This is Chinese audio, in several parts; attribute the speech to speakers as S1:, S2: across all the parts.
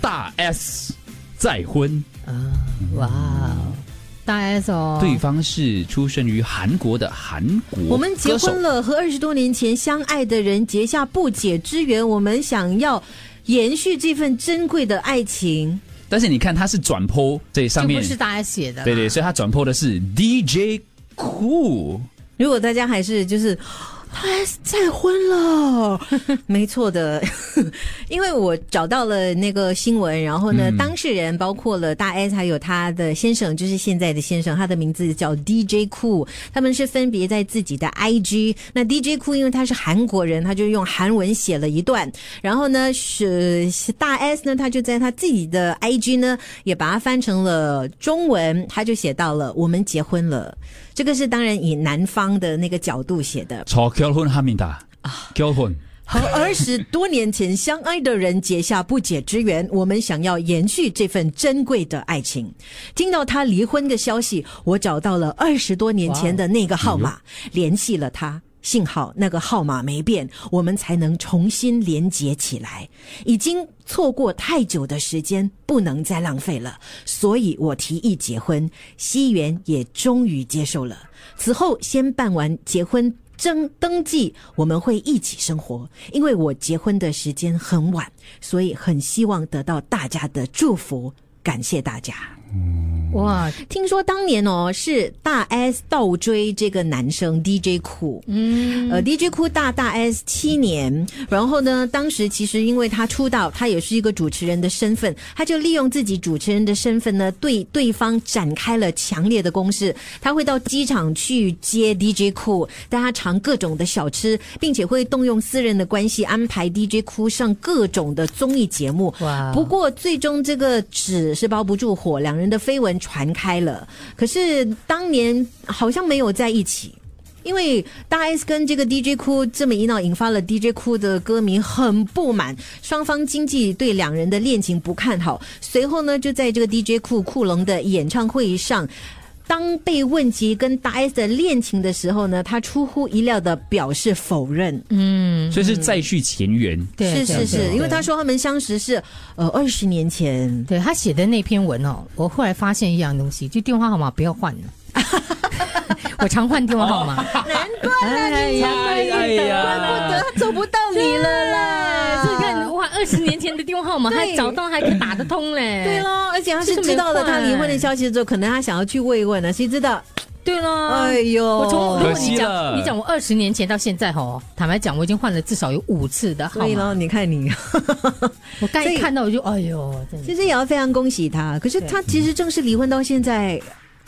S1: 大 S 再婚，
S2: 啊哇哦，大 S 哦，
S1: 对方是出生于韩国的韩国
S2: 我们结
S1: 歌手
S2: 婚了，和二十多年前相爱的人结下不解之缘，我们想要延续这份珍贵的爱情，
S1: 但是你看他是转 PO 这上
S3: 这
S1: 面
S3: 不，是大家写的啦，
S1: 对对，所以他转 PO 的是 DJ Cool。
S2: 如果大家还是就是。他再婚 了，没错的，因为我找到了那个新闻，然后呢，当事人包括了大 S 还有他的先生，就是现在的先生，他的名字叫 DJ Cool，他们是分别在自己的 IG，那 DJ Cool 因为他是韩国人，他就用韩文写了一段，然后呢是是大 S 呢，他就在他自己的 IG 呢也把它翻成了中文，他就写到了我们结婚了。这个是当然以男方的那个角度写的，
S1: 저 결혼합니다.
S3: 啊
S1: 결혼.
S2: 和二十多年前相爱的人结下不解之缘，我们想要延续这份珍贵的爱情。听到他离婚的消息，我找到了二十多年前的那个号码，联系了他。幸好那个号码没变，我们才能重新连接起来。已经错过太久的时间，不能再浪费了，所以我提议结婚。西元也终于接受了。此后先办完结婚征登记，我们会一起生活。因为我结婚的时间很晚，所以很希望得到大家的祝福，感谢大家。
S3: 哇，
S2: 听说当年哦，是大 S 倒追这个男生 DJ 酷，嗯，呃，DJ 酷大大 S 七年，然后呢，当时其实因为他出道，他也是一个主持人的身份，他就利用自己主持人的身份呢，对对方展开了强烈的攻势。他会到机场去接 DJ 酷，带他尝各种的小吃，并且会动用私人的关系安排 DJ 酷上各种的综艺节目。
S3: 哇
S2: 不过最终这个纸是包不住火，两人的绯闻传开了，可是当年好像没有在一起。因为大 S 跟这个 DJ 哭这么一闹，引发了 DJ 哭的歌迷很不满，双方经济对两人的恋情不看好。随后呢，就在这个 DJ 酷酷龙的演唱会上，当被问及跟大 S 的恋情的时候呢，他出乎意料的表示否认。
S1: 所以是再续前缘。
S3: 嗯对，
S2: 是
S3: 对
S2: 是
S3: 对
S2: 是，
S3: 对
S2: 因为他说他们相识是呃二十年前。
S3: 对他写的那篇文哦，我后来发现一样东西，就电话号码不要换了。 我常换电话号码，
S2: 难怪啦，你
S1: 哎呀哎呀
S2: 怪不得他啊找不到你了啦。
S3: 这个哇，二十年前的电话号码还找到，还可以打得通嘞。
S2: 对
S3: 了，
S2: 喽，而且他哎是知道了他离婚的消息之后，可能他想要去慰问呢，谁知道？
S3: 对了，
S2: 哎呦，
S3: 我从
S1: 可
S3: 如果
S1: 惜
S3: 你
S1: 了
S3: 讲你讲我二十年前到现在吼，坦白讲，我已经换了至少有五次的号
S2: 所以
S3: 码。
S2: 喽，你看你，
S3: 我刚
S2: 所以
S3: 一看到我就哎呦，真的
S2: 其实也要非常恭喜他。可是他其实正式离婚到现在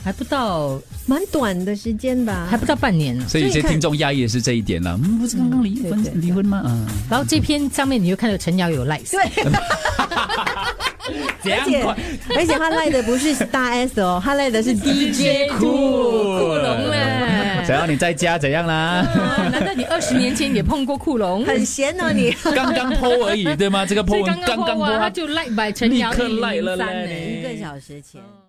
S3: 还不到
S2: 蛮短的时间吧，
S3: 还不到半年呢。
S1: 所以有些
S2: 所以看
S1: 听众压抑的是这一点了。嗯，不是刚刚离婚、
S3: 对对对
S1: 离婚吗？嗯，
S3: 然后这篇上面你就看到陈瑶有 likes，
S2: 对，
S1: 这
S2: 而且
S3: 哎
S2: 而且他赖的不是大 S 哦，他赖的是 DJ
S3: 酷酷龙啊嘞
S1: 只要你在家怎样 啦？
S3: 啊难道你二十年前也 碰过库龙？
S2: 很闲哦你。
S1: 刚刚 PO 而已，对吗？这个
S3: 所
S1: PO
S3: 以
S1: 文
S3: 刚刚
S1: 刚刚
S3: 碰啊，他
S1: PO，
S3: 就赖百陈瑶
S1: 立刻
S3: 一
S1: 赖
S3: 零
S1: 了
S3: 三
S1: 嘞
S3: 呢。
S2: 一个小时前。